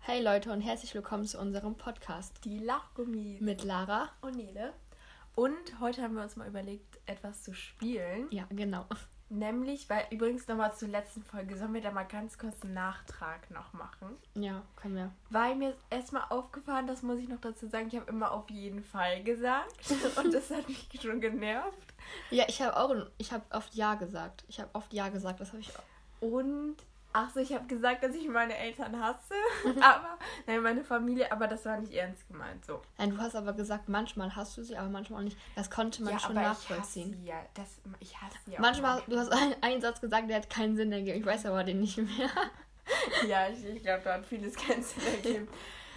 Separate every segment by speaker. Speaker 1: Hey Leute und herzlich willkommen zu unserem Podcast
Speaker 2: Die Lachgummis.
Speaker 1: mit Lara.
Speaker 2: Und Nele. Und heute haben wir uns mal überlegt, etwas zu spielen.
Speaker 1: Ja, genau.
Speaker 2: Nämlich, weil übrigens nochmal zur letzten Folge, sollen wir da mal ganz kurz einen Nachtrag noch machen.
Speaker 1: Ja, können wir.
Speaker 2: Weil mir ist erstmal aufgefallen, das muss ich noch dazu sagen, ich habe immer auf jeden Fall gesagt. Und das hat mich schon genervt.
Speaker 1: Ja, ich habe auch, ich habe oft Ja gesagt. Ich habe oft Ja gesagt, das habe ich auch.
Speaker 2: Und, ach so, ich habe gesagt, dass ich meine Eltern hasse. Aber, nein, meine Familie, aber das war nicht ernst gemeint. So.
Speaker 1: Nein, du hast aber gesagt, manchmal hast du sie, aber manchmal auch nicht. Das konnte man schon
Speaker 2: Ich
Speaker 1: nachvollziehen.
Speaker 2: hasse sie ja. Das, ich hasse sie auch
Speaker 1: Manchmal, du hast einen, einen Satz gesagt, der hat keinen Sinn ergeben. Ich weiß aber den nicht mehr.
Speaker 2: Ja, ich, ich glaube, da hat vieles keinen Sinn ergeben.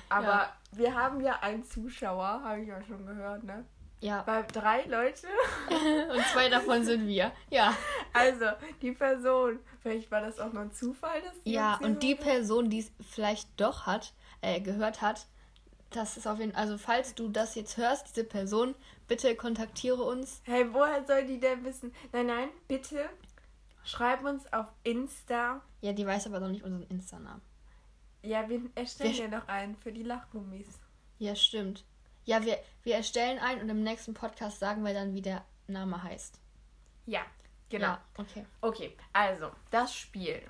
Speaker 2: Aber
Speaker 1: Ja.
Speaker 2: wir haben ja einen Zuschauer, habe ich ja schon gehört, ne?
Speaker 1: Ja,
Speaker 2: Bei drei Leute.
Speaker 1: und zwei davon sind wir. Ja.
Speaker 2: Also, die Person, vielleicht war das auch nur ein Zufall, dass die
Speaker 1: Ja,
Speaker 2: uns
Speaker 1: und die
Speaker 2: gehört hat.
Speaker 1: Person, die es vielleicht doch hat, äh, gehört hat, das ist auf jeden Fall. Also, falls du das jetzt hörst, diese Person, bitte kontaktiere uns.
Speaker 2: Hey, woher soll die denn wissen? Nein, nein, bitte schreib uns auf Insta.
Speaker 1: Ja, die weiß aber noch nicht unseren Insta-Namen.
Speaker 2: Ja, wir erstellen
Speaker 1: Wir-
Speaker 2: ja noch einen für die Lachgummis.
Speaker 1: Ja, stimmt. Ja, wir, wir erstellen einen und im nächsten Podcast sagen wir dann, wie der Name heißt.
Speaker 2: Ja, genau.
Speaker 1: Ja, okay.
Speaker 2: Okay, also, das Spiel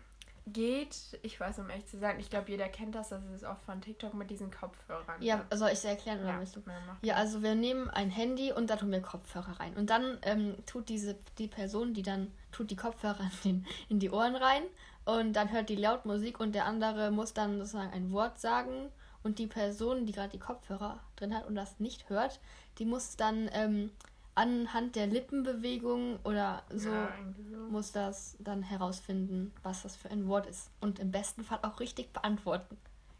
Speaker 2: geht, ich weiß um ehrlich zu sein, ich glaube, jeder kennt das, das ist auch von TikTok mit diesen Kopfhörern.
Speaker 1: Ja,
Speaker 2: ne?
Speaker 1: soll ich es erklären oder
Speaker 2: ja,
Speaker 1: willst du?
Speaker 2: mehr machen.
Speaker 1: Ja, also wir nehmen ein Handy und da tun wir Kopfhörer rein. Und dann ähm, tut diese die Person, die dann tut die Kopfhörer in, den, in die Ohren rein und dann hört die laut Musik und der andere muss dann sozusagen ein Wort sagen und die Person, die gerade die Kopfhörer drin hat und das nicht hört, die muss dann ähm, anhand der Lippenbewegung oder so
Speaker 2: Ja, irgendwie so.
Speaker 1: muss das dann herausfinden, was das für ein Wort ist und im besten Fall auch richtig beantworten.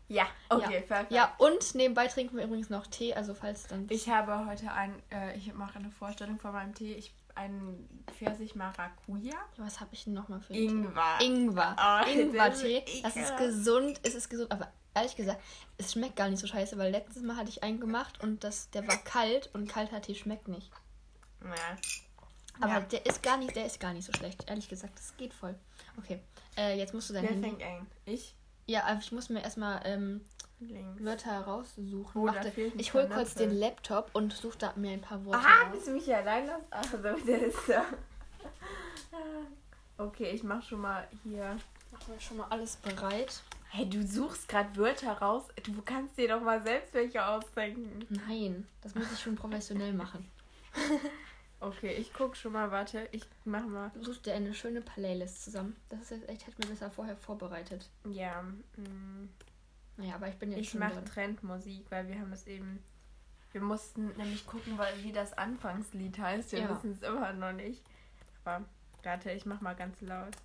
Speaker 2: Ja, okay,
Speaker 1: ja.
Speaker 2: perfekt.
Speaker 1: Ja, und nebenbei trinken wir übrigens noch Tee, also falls dann
Speaker 2: Ich habe heute ein, äh, ich mache eine Vorstellung von meinem Tee. Ich einen Pfirsich Maracuja.
Speaker 1: Was habe ich denn nochmal für einen
Speaker 2: Ingwer.
Speaker 1: Tee? Ingwer.
Speaker 2: Ah,
Speaker 1: Ingwer-Tee.
Speaker 2: das ist
Speaker 1: Das ist
Speaker 2: ekelhaft.
Speaker 1: gesund, es ist gesund, aber ehrlich gesagt, es schmeckt gar nicht so scheiße, weil letztes Mal hatte ich einen gemacht und das, der war kalt und kalter Tee schmeckt nicht.
Speaker 2: Ja.
Speaker 1: Aber
Speaker 2: Ja.
Speaker 1: der ist gar nicht, der ist gar nicht so schlecht. Ehrlich gesagt, das geht voll. Okay, äh, jetzt musst du dein
Speaker 2: Wer
Speaker 1: Handy.
Speaker 2: fängt an? Ich?
Speaker 1: Ja, aber ich muss mir erstmal ähm,
Speaker 2: Links.
Speaker 1: Wörter raussuchen.
Speaker 2: Oh, da
Speaker 1: Warte,
Speaker 2: fehlt ein
Speaker 1: ich hole kurz
Speaker 2: Panatze.
Speaker 1: den Laptop und suche da mir ein paar Worte
Speaker 2: Ah,
Speaker 1: raus.
Speaker 2: willst du mich hier allein lassen? Ach, so, der ist da. Okay, ich mach schon mal hier.
Speaker 1: Machen wir schon mal alles bereit?
Speaker 2: Hey, du suchst gerade Wörter raus. Du kannst dir doch mal selbst welche ausdenken.
Speaker 1: Nein, das muss ich schon professionell machen.
Speaker 2: Okay, ich guck schon mal, warte. Ich mach mal.
Speaker 1: Such dir eine schöne Playlist zusammen. Das ist jetzt echt, hätte mir besser vorher vorbereitet.
Speaker 2: Ja. mm.
Speaker 1: Naja, aber ich bin jetzt
Speaker 2: Ich
Speaker 1: schon
Speaker 2: mache
Speaker 1: drin.
Speaker 2: Trendmusik, weil wir haben das eben. Wir mussten nämlich gucken, weil, wie das Anfangslied heißt. Wir
Speaker 1: Ja.
Speaker 2: wissen es immer noch nicht. Aber warte, ich mach mal ganz laut.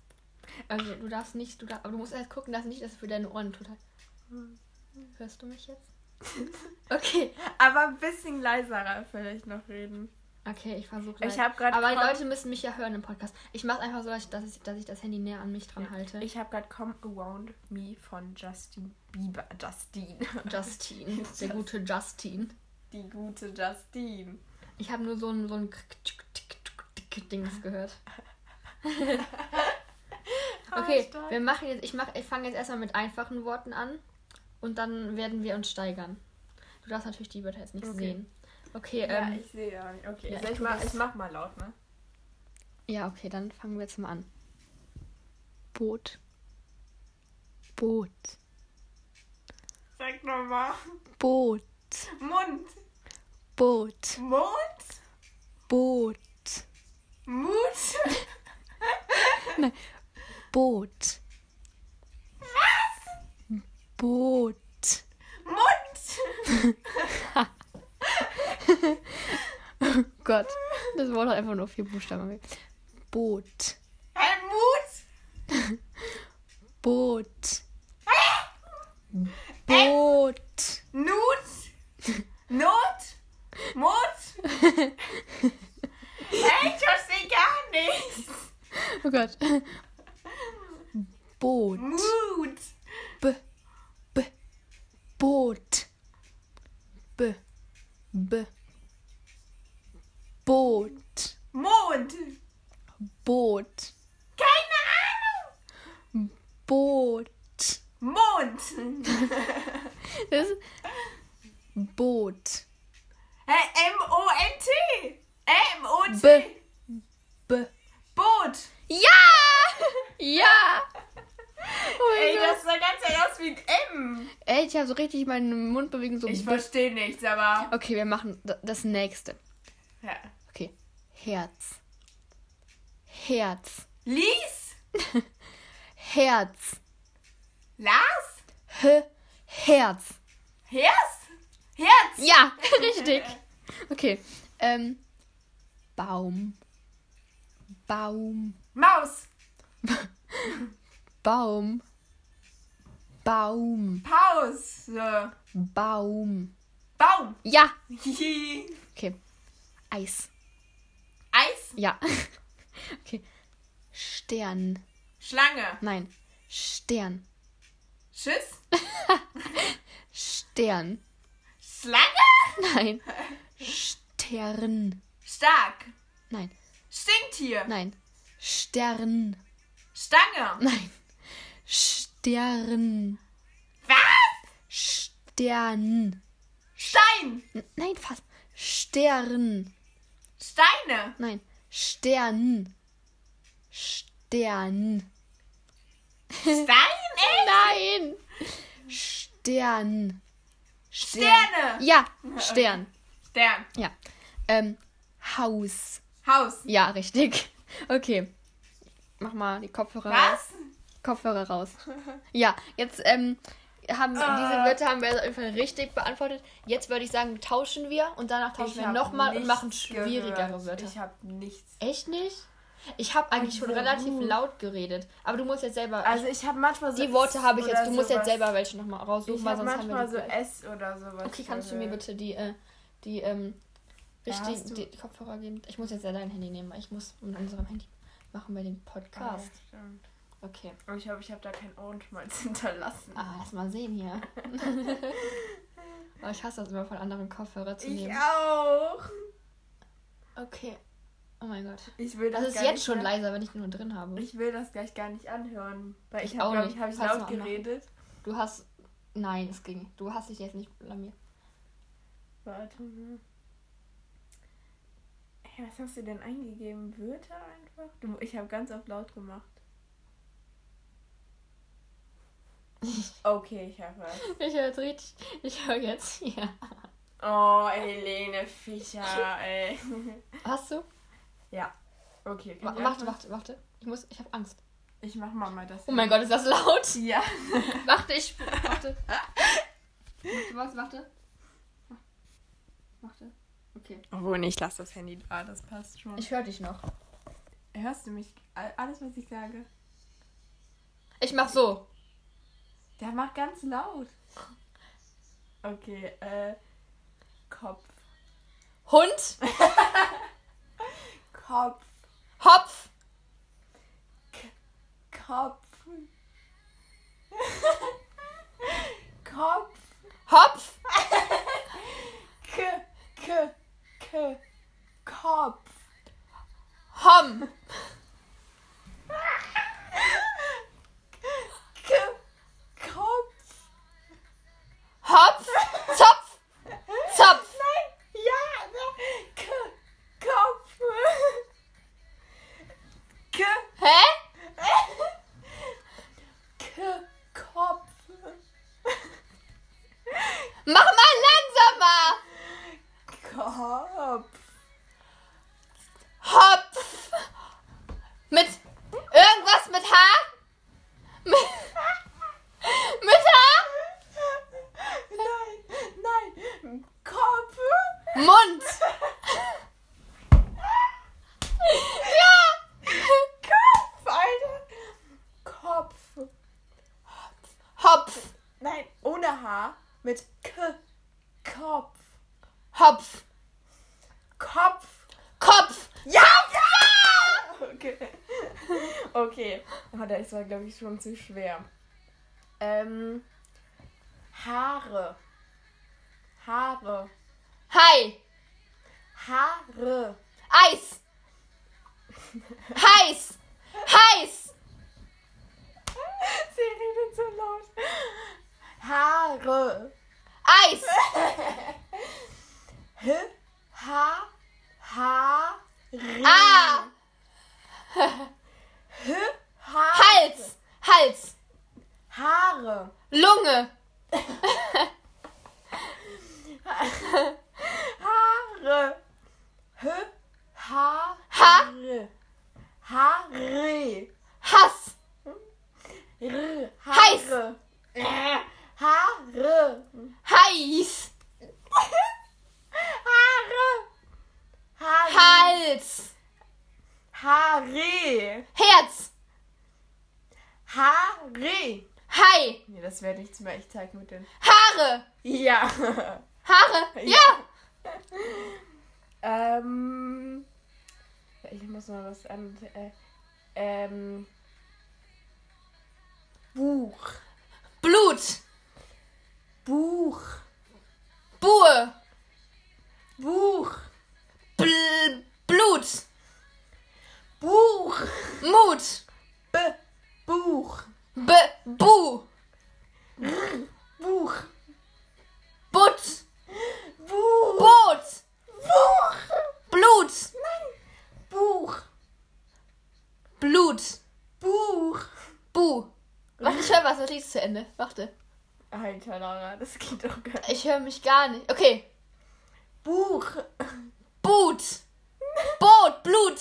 Speaker 1: Also du darfst nicht, du darfst, aber du musst erst gucken, dass nicht das für deine Ohren total. Hörst du mich jetzt? Okay.
Speaker 2: Aber ein bisschen leiser vielleicht noch reden.
Speaker 1: Okay, ich versuche.
Speaker 2: Ich habe gerade.
Speaker 1: Aber die Leute müssen mich ja hören im Podcast. Ich mache einfach so, dass ich, dass ich- dass ich das Handy näher an mich dran halte.
Speaker 2: Ich habe gerade Come Around Me von Justin Bieber. Justine.
Speaker 1: Justine, der gute Justine.
Speaker 2: Die gute Justine.
Speaker 1: Ich habe nur so ein, so ein Krick, tschick, tschick, tschick, tschick Dings gehört. Okay,
Speaker 2: stark.
Speaker 1: wir machen jetzt, ich mach, ich fange jetzt erstmal mit einfachen Worten an und dann werden wir uns steigern. Du darfst natürlich die Wörter jetzt nicht
Speaker 2: Okay.
Speaker 1: sehen. Okay,
Speaker 2: Ja,
Speaker 1: ähm,
Speaker 2: ich sehe ja nicht. Okay,
Speaker 1: ja,
Speaker 2: soll
Speaker 1: ich
Speaker 2: ich,
Speaker 1: tu
Speaker 2: mal,
Speaker 1: das.
Speaker 2: ich mach mal laut, ne?
Speaker 1: ja, okay, dann fangen wir jetzt mal an. Boot, Boot,
Speaker 2: Sag nochmal.
Speaker 1: Boot,
Speaker 2: Mund.
Speaker 1: Boot,
Speaker 2: Mund.
Speaker 1: Boot,
Speaker 2: Mut.
Speaker 1: Boot. Boot.
Speaker 2: Mund.
Speaker 1: Gott, das Wort hat einfach nur vier Buchstaben. Boot,
Speaker 2: Hey, Mut.
Speaker 1: Boot, Äh? Boot.
Speaker 2: Nut. Not. Mut. hey, ich verstehe gar nichts.
Speaker 1: Oh Gott. Boot.
Speaker 2: Mut.
Speaker 1: B. B. Boot. B. B. Boot.
Speaker 2: Mond.
Speaker 1: Boot.
Speaker 2: Keine Ahnung.
Speaker 1: Boot.
Speaker 2: Mond. Boot.
Speaker 1: B. B.
Speaker 2: Boot.
Speaker 1: Ja! Ja! Oh mein
Speaker 2: Ey,
Speaker 1: Gott.
Speaker 2: das sah ganz ehrlich aus wie ein M.
Speaker 1: Ey, ich habe so richtig meinen Mund bewegen, so.
Speaker 2: Ich
Speaker 1: B.
Speaker 2: verstehe nichts, aber.
Speaker 1: Okay, wir machen d- das nächste.
Speaker 2: Ja.
Speaker 1: Okay. Herz. Herz.
Speaker 2: Lies.
Speaker 1: Herz.
Speaker 2: Lars.
Speaker 1: H. Herz.
Speaker 2: Hers. Herz.
Speaker 1: Ja, richtig. Okay. Ähm, Baum. Baum.
Speaker 2: Maus.
Speaker 1: Baum. Baum.
Speaker 2: Pause.
Speaker 1: Baum.
Speaker 2: Baum.
Speaker 1: Ja.
Speaker 2: Hihi.
Speaker 1: Okay. Eis.
Speaker 2: Eis.
Speaker 1: Ja. Okay. Stern.
Speaker 2: Schlange.
Speaker 1: Nein. Stern.
Speaker 2: Schiss.
Speaker 1: Stern.
Speaker 2: Schlange.
Speaker 1: Nein. Stern.
Speaker 2: Stark.
Speaker 1: Nein.
Speaker 2: Stinktier.
Speaker 1: Nein. Stern.
Speaker 2: Stange.
Speaker 1: Nein. Stern.
Speaker 2: Was?
Speaker 1: Stern.
Speaker 2: Stein.
Speaker 1: N- Nein, fast. Stern.
Speaker 2: Steine.
Speaker 1: Nein. Stern. Stern.
Speaker 2: Äh. Stein, ey.
Speaker 1: Nein. Stern. Stern.
Speaker 2: Sterne.
Speaker 1: Ja, Stern.
Speaker 2: Stern.
Speaker 1: Ja. Ähm, Haus.
Speaker 2: Haus.
Speaker 1: Ja, richtig. Okay. Mach mal die Kopfhörer raus.
Speaker 2: Was?
Speaker 1: Kopfhörer raus. Ja, jetzt ähm, haben
Speaker 2: Ah.
Speaker 1: diese Wörter haben wir auf jeden Fall richtig beantwortet. Jetzt würde ich sagen, tauschen wir und danach tauschen wir
Speaker 2: hab
Speaker 1: nochmal und
Speaker 2: nichts
Speaker 1: machen schwierigere
Speaker 2: gehört.
Speaker 1: Wörter.
Speaker 2: Ich habe nichts.
Speaker 1: Echt nicht? Ich habe eigentlich schon
Speaker 2: so
Speaker 1: relativ
Speaker 2: gut.
Speaker 1: laut geredet, aber du musst jetzt selber.
Speaker 2: Also ich habe manchmal so
Speaker 1: die Worte
Speaker 2: S
Speaker 1: habe ich jetzt.
Speaker 2: oder
Speaker 1: Du musst jetzt
Speaker 2: sowas.
Speaker 1: selber welche nochmal raussuchen,
Speaker 2: Ich
Speaker 1: weil
Speaker 2: habe
Speaker 1: sonst haben wir
Speaker 2: manchmal
Speaker 1: die
Speaker 2: so
Speaker 1: gleich.
Speaker 2: S oder sowas.
Speaker 1: Okay, kannst du mir
Speaker 2: gehört.
Speaker 1: bitte die äh, die ähm,
Speaker 2: Ja, hast
Speaker 1: richtig
Speaker 2: du-
Speaker 1: die Kopfhörer geben? Ich muss jetzt ja dein Handy nehmen, weil ich muss mit unserem Handy machen wir den
Speaker 2: Ah,
Speaker 1: Podcast.
Speaker 2: stimmt.
Speaker 1: Okay.
Speaker 2: Aber ich hoffe, ich habe da kein Ohrenschmalz hinterlassen.
Speaker 1: Ah, lass mal sehen hier. Aber ich hasse das immer von anderen Kopfhörer zu
Speaker 2: ich
Speaker 1: nehmen.
Speaker 2: auch.
Speaker 1: Okay. Oh mein Gott.
Speaker 2: Ich will das,
Speaker 1: Das ist
Speaker 2: gar
Speaker 1: jetzt
Speaker 2: nicht
Speaker 1: schon
Speaker 2: mehr-
Speaker 1: leiser, wenn ich den nur drin habe.
Speaker 2: Ich will das gleich gar nicht anhören, weil
Speaker 1: Ich
Speaker 2: ich,
Speaker 1: auch
Speaker 2: habe, glaube
Speaker 1: nicht.
Speaker 2: ich, habe ich
Speaker 1: Kannst du
Speaker 2: laut
Speaker 1: mal anmachen.
Speaker 2: geredet.
Speaker 1: Du hast. Nein, es ging. Du hast dich jetzt nicht blamiert.
Speaker 2: Warte mal. Hey, was hast du denn eingegeben? Wörter einfach? Du, ich habe ganz oft laut gemacht. Okay, ich habe was.
Speaker 1: Ich höre jetzt richtig. Ich höre jetzt. Ja.
Speaker 2: Oh, Helene Fischer, ey.
Speaker 1: Hast du?
Speaker 2: Ja. Okay. kann
Speaker 1: Wa-
Speaker 2: ich
Speaker 1: Warte,
Speaker 2: anfangen?
Speaker 1: warte, warte. Ich muss. Ich habe Angst.
Speaker 2: Ich mach mal mal das.
Speaker 1: Oh mein Gott, ist das laut?
Speaker 2: Ja.
Speaker 1: Warte, ich. Warte. Warte, warte, warte. Warte. Okay.
Speaker 2: Obwohl, ich lass das Handy da, das passt schon.
Speaker 1: Ich höre dich noch.
Speaker 2: Hörst du mich? All- Alles, was ich sage?
Speaker 1: Ich mach so.
Speaker 2: Der macht ganz laut. Okay, äh. Kopf.
Speaker 1: Hund,
Speaker 2: Kopf.
Speaker 1: Hopf,
Speaker 2: Kopf. Kopf.
Speaker 1: Hopf.
Speaker 2: K. K. K. Kopf.
Speaker 1: Hom.
Speaker 2: K. Kopf.
Speaker 1: Hopf. Zopf. Zopf.
Speaker 2: Nein! Ja! ne? K. Kopf. K.
Speaker 1: Hä?
Speaker 2: K. Kopf.
Speaker 1: Mach mal langsamer.
Speaker 2: Kopf.
Speaker 1: Hopf. Mit irgendwas mit H? Mit, mit H?
Speaker 2: Nein, nein, Kopf.
Speaker 1: Mund. Ja.
Speaker 2: Kopf, Alter. Kopf.
Speaker 1: Hopf.
Speaker 2: Nein, ohne H. Mit K. Kopf.
Speaker 1: Hopf.
Speaker 2: Kopf.
Speaker 1: Kopf.
Speaker 2: Ja! Okay. Okay. Ah, das war, glaube ich, schon zu schwer. Ähm. Haare. Haare.
Speaker 1: Hi.
Speaker 2: Haare.
Speaker 1: Eis. Heiß. Heiß.
Speaker 2: Sie redet so laut. Haare.
Speaker 1: Eis.
Speaker 2: H, H, H,
Speaker 1: Ah!
Speaker 2: Haare.
Speaker 1: Hals! Hals!
Speaker 2: Haare.
Speaker 1: Lunge!
Speaker 2: Haare. Hä? Haare.
Speaker 1: Ha!
Speaker 2: Haare.
Speaker 1: Hass!
Speaker 2: R.
Speaker 1: Heiß.
Speaker 2: Haare. Haare.
Speaker 1: Heiß!
Speaker 2: Haare. Haare.
Speaker 1: Hals!
Speaker 2: Haare.
Speaker 1: Herz!
Speaker 2: Haare.
Speaker 1: Hai!
Speaker 2: Nee, das wäre nichts mehr. Ich zeig mit den.
Speaker 1: Haare!
Speaker 2: Ja.
Speaker 1: Haare! Ja!
Speaker 2: ähm. Ich muss noch was an. Äh, ähm. Buch.
Speaker 1: Blut!
Speaker 2: Buch.
Speaker 1: Buhe!
Speaker 2: Buch.
Speaker 1: Bl Blut!
Speaker 2: Buch.
Speaker 1: Mut!
Speaker 2: B. Buch.
Speaker 1: B Bu!
Speaker 2: Buch.
Speaker 1: Butt!
Speaker 2: Buch.
Speaker 1: Boot!
Speaker 2: Buch.
Speaker 1: Blut!
Speaker 2: Buch.
Speaker 1: Blut!
Speaker 2: Buch.
Speaker 1: Bu! Warte, ich höre was, das Lied ist zu Ende. Warte.
Speaker 2: Alter, Laura, das geht doch gar nicht.
Speaker 1: Ich höre mich gar nicht. Okay.
Speaker 2: Buch.
Speaker 1: Boot! Boot! Blut!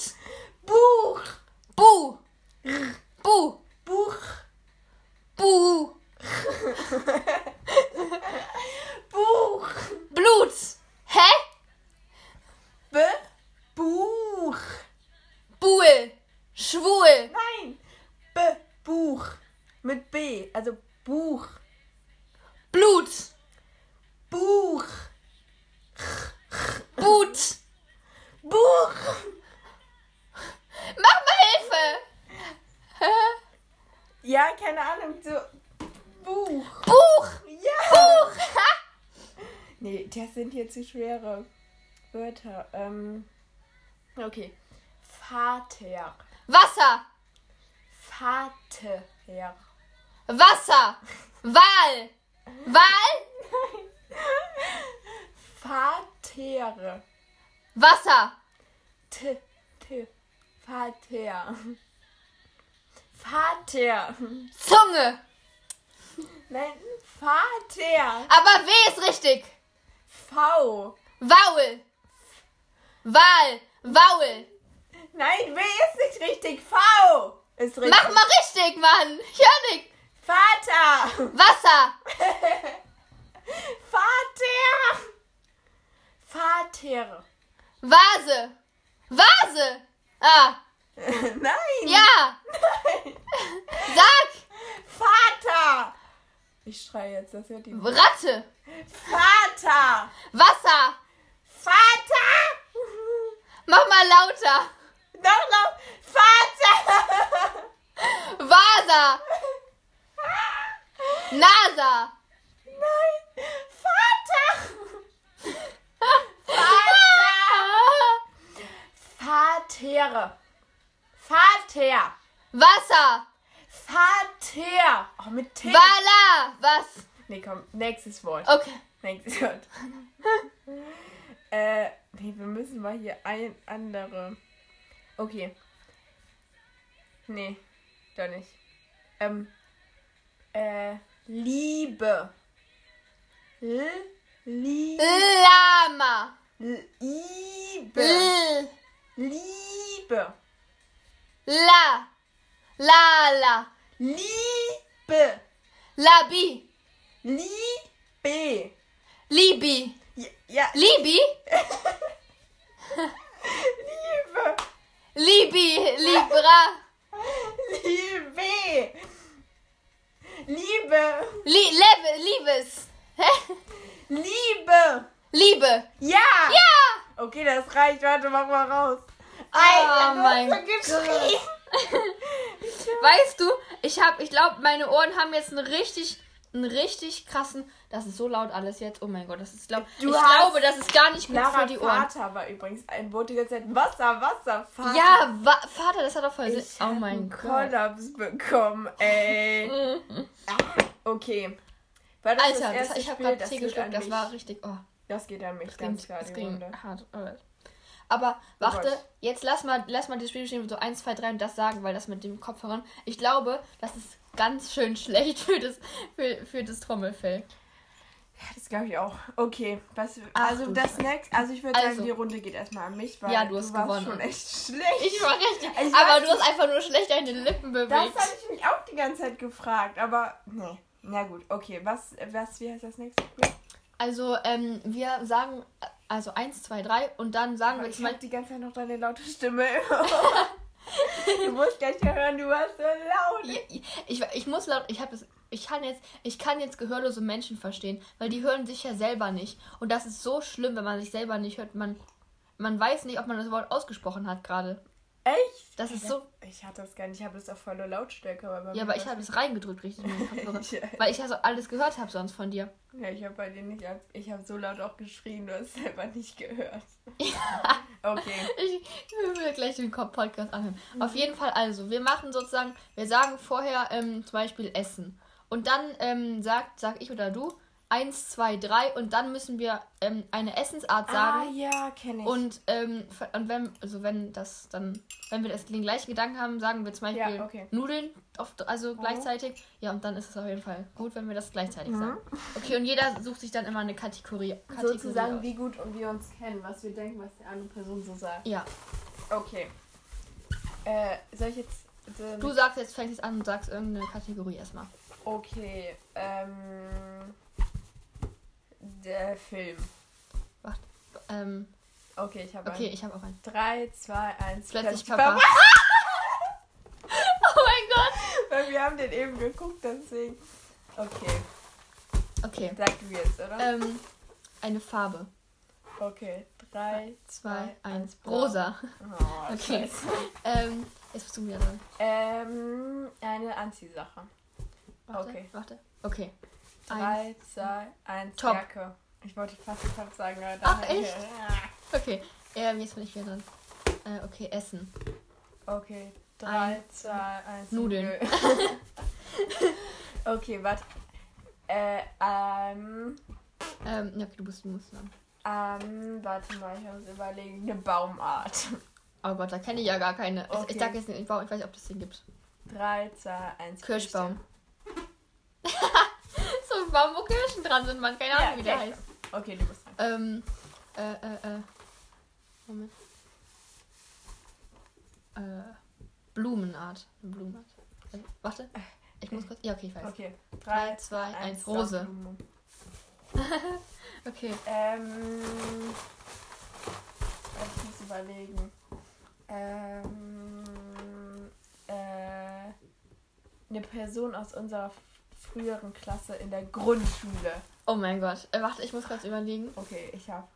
Speaker 2: Buch.
Speaker 1: Bu! Bu!
Speaker 2: Buch.
Speaker 1: Bu!
Speaker 2: Buch.
Speaker 1: Blut! Hä?
Speaker 2: B. Buch.
Speaker 1: Buhl! Schwul!
Speaker 2: Nein. B. Buch. Mit B. Also Buch.
Speaker 1: Blut!
Speaker 2: Buch.
Speaker 1: Boot!
Speaker 2: Buch.
Speaker 1: Mach mal Hilfe!
Speaker 2: Ja, keine Ahnung. So. Buch.
Speaker 1: Buch!
Speaker 2: Ja.
Speaker 1: Buch! Ha!
Speaker 2: Nee, das sind hier zu schwere Wörter. Ähm. Okay. Vater.
Speaker 1: Wasser!
Speaker 2: Vater.
Speaker 1: Wasser! Wal! Wal!
Speaker 2: Vater.
Speaker 1: Wasser!
Speaker 2: T, T, Vater. Vater.
Speaker 1: Zunge!
Speaker 2: Nein, Vater.
Speaker 1: Aber W ist richtig!
Speaker 2: V.
Speaker 1: Waul! Wal! Waul!
Speaker 2: Nein, W ist nicht richtig. V ist richtig.
Speaker 1: Mach mal richtig, Mann! Ich hör dich!
Speaker 2: Vater.
Speaker 1: Wasser!
Speaker 2: Vater. Vater.
Speaker 1: Vase! Vase! Ah!
Speaker 2: Nein.
Speaker 1: Ja! Sag!
Speaker 2: Vater. Ich schreie jetzt, das hört die.
Speaker 1: Ratte!
Speaker 2: Vater.
Speaker 1: Wasser!
Speaker 2: Vater.
Speaker 1: Mach mal lauter!
Speaker 2: Noch, noch. Vater.
Speaker 1: Vasa! NASA!
Speaker 2: Nein! Vater! Vater! Vater!
Speaker 1: Wasser!
Speaker 2: Vater! Oh, mit T.
Speaker 1: Wala! Was?
Speaker 2: nee, komm, nächstes Wort.
Speaker 1: Okay.
Speaker 2: Nächstes Wort. äh, nee, wir müssen mal hier ein andere. Okay. Nee, doch nicht. Ähm, äh, Liebe. L Liebe.
Speaker 1: Lama!
Speaker 2: Liebe.
Speaker 1: L.
Speaker 2: Liebe.
Speaker 1: La! La la!
Speaker 2: Liebe.
Speaker 1: Labi!
Speaker 2: Liebe.
Speaker 1: Libi!
Speaker 2: Ja, ja
Speaker 1: Libi?
Speaker 2: Liebe.
Speaker 1: Libi! Libra!
Speaker 2: Liebe. Liebe.
Speaker 1: Li Lebe! Liebes! Hä?
Speaker 2: Liebe.
Speaker 1: Liebe!
Speaker 2: Ja.
Speaker 1: Ja!
Speaker 2: Okay, das reicht. Warte, mach mal raus.
Speaker 1: Oh
Speaker 2: du
Speaker 1: mein
Speaker 2: hast so geschrien.
Speaker 1: Weißt du, ich hab, ich glaube, meine Ohren haben jetzt einen richtig, einen richtig krassen. Das ist so laut alles jetzt. Oh mein Gott, das ist laut. Ich
Speaker 2: Du hast-
Speaker 1: glaube, das ist gar nicht gut
Speaker 2: Lara
Speaker 1: für die Ohren.
Speaker 2: Vater war übrigens ein Boot die ganze Zeit Wasser, Wasser, Vater.
Speaker 1: Ja, wa Vater, das hat doch voll Sinn.
Speaker 2: Ich
Speaker 1: Oh
Speaker 2: hab
Speaker 1: mein
Speaker 2: einen
Speaker 1: Gott.
Speaker 2: Kollaps bekommen, ey. Ah, okay. War das
Speaker 1: Alter,
Speaker 2: das
Speaker 1: das
Speaker 2: erste
Speaker 1: ich habe
Speaker 2: Spiel?
Speaker 1: gerade
Speaker 2: das
Speaker 1: Tee
Speaker 2: geht an
Speaker 1: geschluckt. Das
Speaker 2: mich.
Speaker 1: war richtig. Oh,
Speaker 2: Das geht an mich
Speaker 1: das Ah.
Speaker 2: ganz
Speaker 1: ging,
Speaker 2: klar,
Speaker 1: das
Speaker 2: die
Speaker 1: ging
Speaker 2: Runde.
Speaker 1: hart. Oh. Aber warte,
Speaker 2: Gott.
Speaker 1: jetzt lass mal, lass mal das Spiel stehen, so 1, 2, 3 und das sagen, weil das mit dem Kopfhörern. Ich glaube, das ist ganz schön schlecht für das, für, für das Trommelfell.
Speaker 2: Ja, das glaube ich auch. Okay, was,
Speaker 1: Ach,
Speaker 2: also
Speaker 1: du
Speaker 2: das
Speaker 1: Scheiße.
Speaker 2: nächste, also ich würde
Speaker 1: Also.
Speaker 2: sagen, die Runde geht erstmal an mich, weil
Speaker 1: Ja, du hast
Speaker 2: du warst
Speaker 1: gewonnen.
Speaker 2: schon echt schlecht.
Speaker 1: Ich war richtig.
Speaker 2: Ich
Speaker 1: aber
Speaker 2: weiß
Speaker 1: du hast einfach nur schlecht deine Lippen
Speaker 2: das
Speaker 1: bewegt.
Speaker 2: habe ich mich auch die ganze Zeit gefragt, aber nee. Na gut, okay, was, was, wie heißt das nächste Spiel?
Speaker 1: Also, ähm, wir sagen, also 1, 2, 3 und dann sagen wir
Speaker 2: ich
Speaker 1: zum
Speaker 2: mag
Speaker 1: Beispiel.
Speaker 2: die ganze Zeit noch deine laute Stimme. du musst gleich mal hören, du warst so laut.
Speaker 1: Ich, ich muss laut, ich habe es, ich kann jetzt, ich kann jetzt gehörlose Menschen verstehen, weil die hören sich ja selber nicht. Und das ist so schlimm, wenn man sich selber nicht hört. Man, man weiß nicht, ob man das Wort ausgesprochen hat gerade.
Speaker 2: Echt?
Speaker 1: Das ist so.
Speaker 2: Ich hatte das gar nicht, ich habe das auf volle Lautstärke. Aber bei
Speaker 1: Ja,
Speaker 2: mir
Speaker 1: aber ich
Speaker 2: war's-
Speaker 1: habe es reingedrückt, richtig. in den Kopfhörer,
Speaker 2: Ich-
Speaker 1: Weil ich ja so alles gehört habe sonst von dir.
Speaker 2: Ja, ich habe bei dir nicht, ich habe so laut auch geschrien, du hast es selber nicht gehört. Okay.
Speaker 1: Ich, ich will mir gleich den Kopf- Podcast anhören. Auf jeden Fall also, wir machen sozusagen, wir sagen vorher ähm, zum Beispiel Essen. Und dann ähm, sagt, sag ich oder du, eins, zwei, drei und dann müssen wir ähm, eine Essensart sagen.
Speaker 2: Ah ja, kenne ich.
Speaker 1: Und, ähm, ver- und wenn, also wenn das dann, wenn wir das den gleichen Gedanken haben, sagen wir zum
Speaker 2: Ja,
Speaker 1: Beispiel
Speaker 2: okay. Mhm.
Speaker 1: Nudeln, oft, also gleichzeitig. Ja, und dann ist es auf jeden Fall gut, wenn wir das gleichzeitig sagen. Okay, und jeder sucht sich dann immer eine Kategorie. Kategorie
Speaker 2: sozusagen
Speaker 1: aus.
Speaker 2: wie gut und wir uns kennen, was wir denken, was die andere Person so sagt.
Speaker 1: Ja,
Speaker 2: Okay. Äh, soll ich jetzt. ähm,
Speaker 1: du sagst jetzt, fängst jetzt an und sagst irgendeine Kategorie erstmal.
Speaker 2: Okay, ähm. Der Film.
Speaker 1: Ähm,
Speaker 2: Okay, ich habe
Speaker 1: okay, ich habe auch einen.
Speaker 2: 3, 2, 1.
Speaker 1: Plötzlich Papa. oh mein
Speaker 2: Weil wir haben den eben geguckt, deswegen. Okay,
Speaker 1: Gott. Okay.
Speaker 2: sag du jetzt, oder?
Speaker 1: Ähm, eine Farbe.
Speaker 2: okay, 3,
Speaker 1: Zwei,
Speaker 2: 2,
Speaker 1: eins.
Speaker 2: 1.
Speaker 1: Rosa.
Speaker 2: Oh,
Speaker 1: Okay.
Speaker 2: okay.
Speaker 1: ähm, jetzt bist du wieder dran.
Speaker 2: Ähm, eine Anziehsache.
Speaker 1: Warte,
Speaker 2: Okay.
Speaker 1: Warte. Okay. Eins.
Speaker 2: 3, 2, 1.
Speaker 1: Top.
Speaker 2: Jacke. Ich wollte fast Top sagen, aber dann.
Speaker 1: Ach,
Speaker 2: hab ich-
Speaker 1: echt? Okay. Ähm, jetzt bin ich wieder dran. Äh, okay, Essen.
Speaker 2: Okay, 3, 2, 1.
Speaker 1: Nudeln.
Speaker 2: okay, warte. Äh, ähm,
Speaker 1: Ähm, ja, okay, du musst, du musst dran.
Speaker 2: ähm, warte mal, ich muss überlegen. Eine Baumart.
Speaker 1: Oh Gott, da kenne ich ja gar keine. Ich,
Speaker 2: Okay.
Speaker 1: ich sag jetzt nicht, ich weiß nicht, ob das den gibt.
Speaker 2: 3, 2, 1.
Speaker 1: Kirschbaum. so ein Baum, wo Kirschen dran sind, man. Keine Ahnung,
Speaker 2: Ja,
Speaker 1: wie der
Speaker 2: Kirschbaum.
Speaker 1: heißt.
Speaker 2: Okay, du bist dran.
Speaker 1: Ähm, äh, äh, äh. Moment. Äh, Blumenart. Eine Blumenart. Äh, warte. Ich muss kurz. Ja, Äh. okay, ich weiß.
Speaker 2: Okay, 3,
Speaker 1: Drei, zwei,
Speaker 2: 2,
Speaker 1: eins.
Speaker 2: 1.
Speaker 1: Rose. Okay.
Speaker 2: Ähm. Ich muss überlegen. Ähm. Äh, eine Person aus unserer früheren Klasse in der Grundschule.
Speaker 1: Oh mein Gott. Äh, warte, ich muss kurz überlegen.
Speaker 2: Okay, ich habe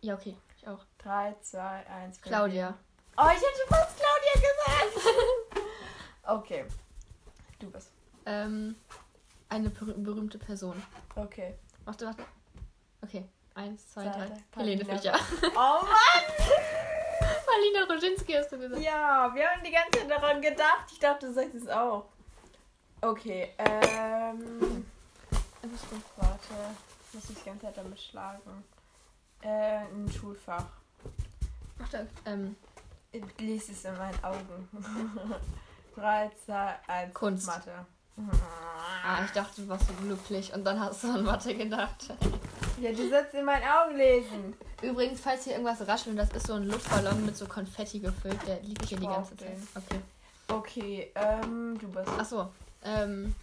Speaker 1: Ja, okay. Ich auch.
Speaker 2: 3, 2, 1.
Speaker 1: Claudia.
Speaker 2: Oh, ich hätte fast Claudia gesagt. okay. Du bist.
Speaker 1: Ähm, eine berüh- berühmte Person.
Speaker 2: Okay.
Speaker 1: Warte, warte. Okay. Eins, zwei,
Speaker 2: Warte,
Speaker 1: drei. Helene
Speaker 2: Paulina.
Speaker 1: Fischer.
Speaker 2: Oh Mann!
Speaker 1: Marlina Roginski hast du gesagt.
Speaker 2: Ja, wir haben die ganze Zeit daran gedacht. Ich dachte, du sagst es auch. Okay, ähm.
Speaker 1: Äh, was denn?
Speaker 2: Warte, ich muss mich die ganze Zeit damit schlagen. Äh, ein Schulfach.
Speaker 1: Warte, ähm,
Speaker 2: Ich lese es in meinen Augen. 3, 2, 1.
Speaker 1: Kunst.
Speaker 2: Mathe.
Speaker 1: ah, ich dachte, du warst so glücklich und dann hast du an Mathe gedacht.
Speaker 2: Ja, du sollst in meinen Augen lesen.
Speaker 1: Übrigens, falls hier irgendwas raschelt, das ist so ein Luftballon mit so Konfetti gefüllt. Der liegt hier die
Speaker 2: brauch
Speaker 1: ganze Zeit.
Speaker 2: den.
Speaker 1: Okay.
Speaker 2: Okay, ähm, du bist.
Speaker 1: Achso. Ähm,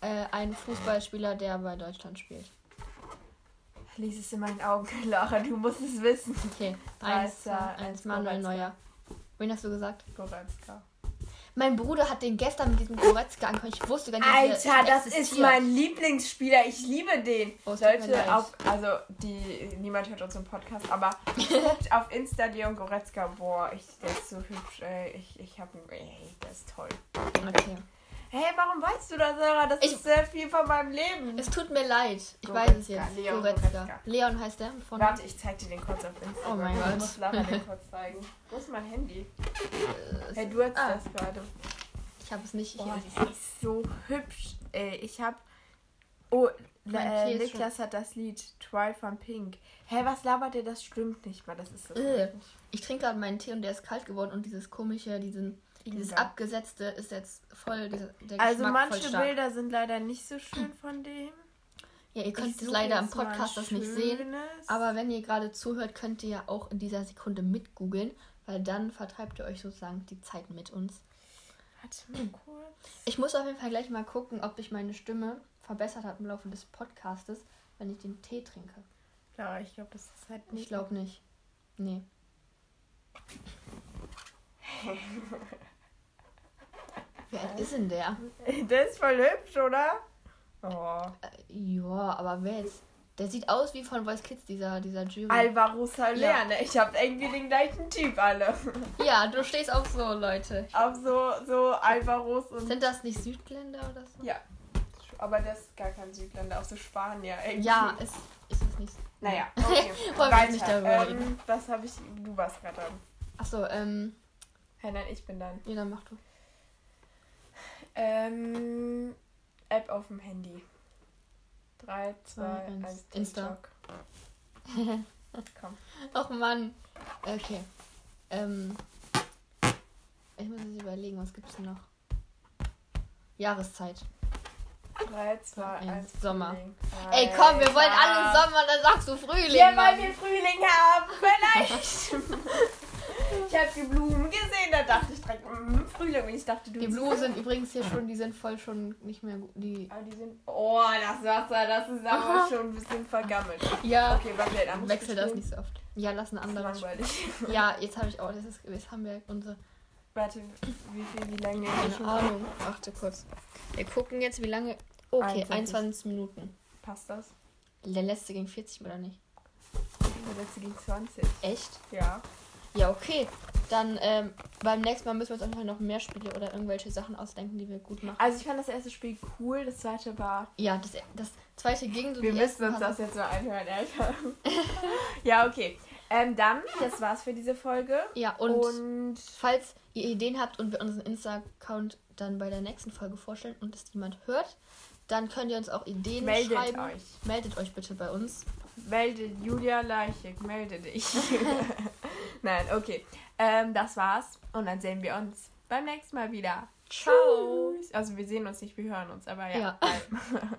Speaker 1: äh, ein Fußballspieler, der bei Deutschland spielt.
Speaker 2: Lies es in meinen Augen, Lara, du musst es wissen.
Speaker 1: Okay.
Speaker 2: Drei,
Speaker 1: Eins, zwei,
Speaker 2: zwei,
Speaker 1: eins.
Speaker 2: eins,
Speaker 1: Manuel
Speaker 2: Goretzka.
Speaker 1: Neuer. Wen hast du gesagt?
Speaker 2: Goretzka.
Speaker 1: Mein Bruder hat den gestern mit diesem Goretzka angehört. Ich wusste gar nicht, dass der
Speaker 2: Alter, das ist
Speaker 1: existiert.
Speaker 2: mein Lieblingsspieler. Ich liebe den.
Speaker 1: Oh, es tut mir leid.
Speaker 2: Leute, auf, also die, niemand hört unseren Podcast, aber guckt auf Insta Leon Goretzka. Boah, ich, der ist so hübsch. Ey. Ich, ich hab ihn. Ey, der ist toll.
Speaker 1: Okay.
Speaker 2: Hey, warum weißt du das, Sarah? Das
Speaker 1: Ich-
Speaker 2: ist sehr viel von meinem Leben.
Speaker 1: Es tut mir leid. Ich
Speaker 2: Goretzka,
Speaker 1: weiß es jetzt.
Speaker 2: Leon
Speaker 1: Goretzka.
Speaker 2: Goretzka.
Speaker 1: Leon heißt der. Von
Speaker 2: Warte, ich zeig dir den kurz auf Insta.
Speaker 1: Oh mein Gott.
Speaker 2: Ich muss Lara den kurz zeigen. Wo ist mein Handy? Hey, du hast
Speaker 1: Ah.
Speaker 2: das gerade.
Speaker 1: Ich habe es nicht.
Speaker 2: Boah,
Speaker 1: hier.
Speaker 2: die ist so hübsch. Ey, ich hab Oh,
Speaker 1: Mein Tee
Speaker 2: äh,
Speaker 1: ist schon-
Speaker 2: Niklas hat das Lied 12 von Pink. Hä, was labert ihr? Das stimmt nicht mal. Das ist das
Speaker 1: Äh,
Speaker 2: nicht.
Speaker 1: Ich trinke gerade meinen Tee und der ist kalt geworden und dieses komische, diesen, dieses
Speaker 2: Ekelhaft.
Speaker 1: abgesetzte ist jetzt voll, dieser, der
Speaker 2: Also
Speaker 1: Geschmack voll
Speaker 2: manche
Speaker 1: stark.
Speaker 2: Bilder sind leider nicht so schön von dem.
Speaker 1: Ja, ihr
Speaker 2: Ich
Speaker 1: könnt es
Speaker 2: suche
Speaker 1: leider im
Speaker 2: jetzt mal ein
Speaker 1: Podcast das nicht sehen,
Speaker 2: schönes.
Speaker 1: aber wenn ihr gerade zuhört, könnt ihr ja auch in dieser Sekunde mitgoogeln, weil dann vertreibt ihr euch sozusagen die Zeit mit uns.
Speaker 2: Warte mal kurz.
Speaker 1: Ich muss auf jeden Fall gleich mal gucken, ob sich meine Stimme verbessert hat im Laufe des Podcastes, wenn ich den Tee trinke.
Speaker 2: Klar, ich glaube, das ist halt
Speaker 1: Ich
Speaker 2: nicht.
Speaker 1: glaube nicht. Nee. Wie alt ist denn der?
Speaker 2: Der ist voll hübsch, oder? Oh.
Speaker 1: Äh, Ja, aber wer jetzt? Der sieht aus wie von Voice Kids, dieser, dieser Jury.
Speaker 2: Alvaro Soler,
Speaker 1: Ähm, Ja.
Speaker 2: ne? Ich hab irgendwie den gleichen Typ alle.
Speaker 1: ja, du stehst auf so, Leute.
Speaker 2: Auf so, so Alvaros und.
Speaker 1: Sind das nicht Südländer oder so?
Speaker 2: Ja. Aber das ist gar kein Südländer, auch so Spanier. Irgendwie.
Speaker 1: Ja, ist, ist es nicht.
Speaker 2: Naja, okay.
Speaker 1: Wollen wir jetzt nicht darüber reden.
Speaker 2: ähm, was habe ich. Du warst gerade dran.
Speaker 1: Achso, ähm,
Speaker 2: Nein, nein, ich bin dran.
Speaker 1: ja, dann mach du.
Speaker 2: Ähm, App auf dem Handy. 3, 2,
Speaker 1: Zwei, eins.
Speaker 2: 1,
Speaker 1: Insta.
Speaker 2: Komm.
Speaker 1: Och Mann. Okay. Ähm, ich muss jetzt überlegen, was gibt's denn noch? Jahreszeit.
Speaker 2: 3, 2,
Speaker 1: Eins.
Speaker 2: 1.
Speaker 1: Sommer. Ey, komm, wir wollen alle Sommer, dann sagst du Frühling.
Speaker 2: Ja, weil wir
Speaker 1: Mann.
Speaker 2: Frühling haben, vielleicht. ich habe die Blumen gesehen, da dachte ich direkt, mm, Frühling. Und ich dachte, du
Speaker 1: Die Blumen sind übrigens hier schon, die sind voll schon nicht mehr gut. Die,
Speaker 2: Aber die sind. Oh, das Wasser, das ist aber
Speaker 1: Aha.
Speaker 2: schon ein bisschen vergammelt.
Speaker 1: ja,
Speaker 2: Okay, was wir ein anderes
Speaker 1: wechsel das
Speaker 2: Spiel?
Speaker 1: nicht so oft. Ja, lass ein
Speaker 2: Das ist
Speaker 1: anderes.
Speaker 2: langweilig.
Speaker 1: Spiel. Ja, jetzt habe ich auch, das ist, jetzt haben wir unsere,
Speaker 2: Warte, wie viel, wie lange?
Speaker 1: keine Ahnung, warte kurz. Wir gucken jetzt, wie lange, okay,
Speaker 2: 21.
Speaker 1: 21 Minuten.
Speaker 2: Passt das?
Speaker 1: Der letzte ging 40, oder nicht?
Speaker 2: Der letzte ging 20.
Speaker 1: Echt?
Speaker 2: Ja.
Speaker 1: Ja, okay. Dann ähm, beim nächsten Mal müssen wir uns einfach noch mehr Spiele oder irgendwelche Sachen ausdenken, die wir gut machen.
Speaker 2: Also ich fand das erste Spiel cool, das zweite war.
Speaker 1: Ja, das, das zweite ging so.
Speaker 2: Wir
Speaker 1: die
Speaker 2: müssen
Speaker 1: ersten
Speaker 2: uns
Speaker 1: paar-
Speaker 2: das jetzt mal einhören, Alter. ja, okay. Ähm, dann, das war's für diese Folge.
Speaker 1: Ja, und,
Speaker 2: Und
Speaker 1: falls ihr Ideen habt und wir unseren Insta-Account dann bei der nächsten Folge vorstellen und es niemand hört, dann könnt ihr uns auch Ideen
Speaker 2: meldet
Speaker 1: schreiben.
Speaker 2: euch.
Speaker 1: Meldet euch bitte bei uns.
Speaker 2: Meldet Julia Leichig, melde dich. Nein, okay. Ähm, das war's. Und dann sehen wir uns beim nächsten Mal wieder.
Speaker 1: Ciao.
Speaker 2: Tschüss. Also wir sehen uns nicht, wir hören uns, aber ja.
Speaker 1: Ja.
Speaker 2: bye.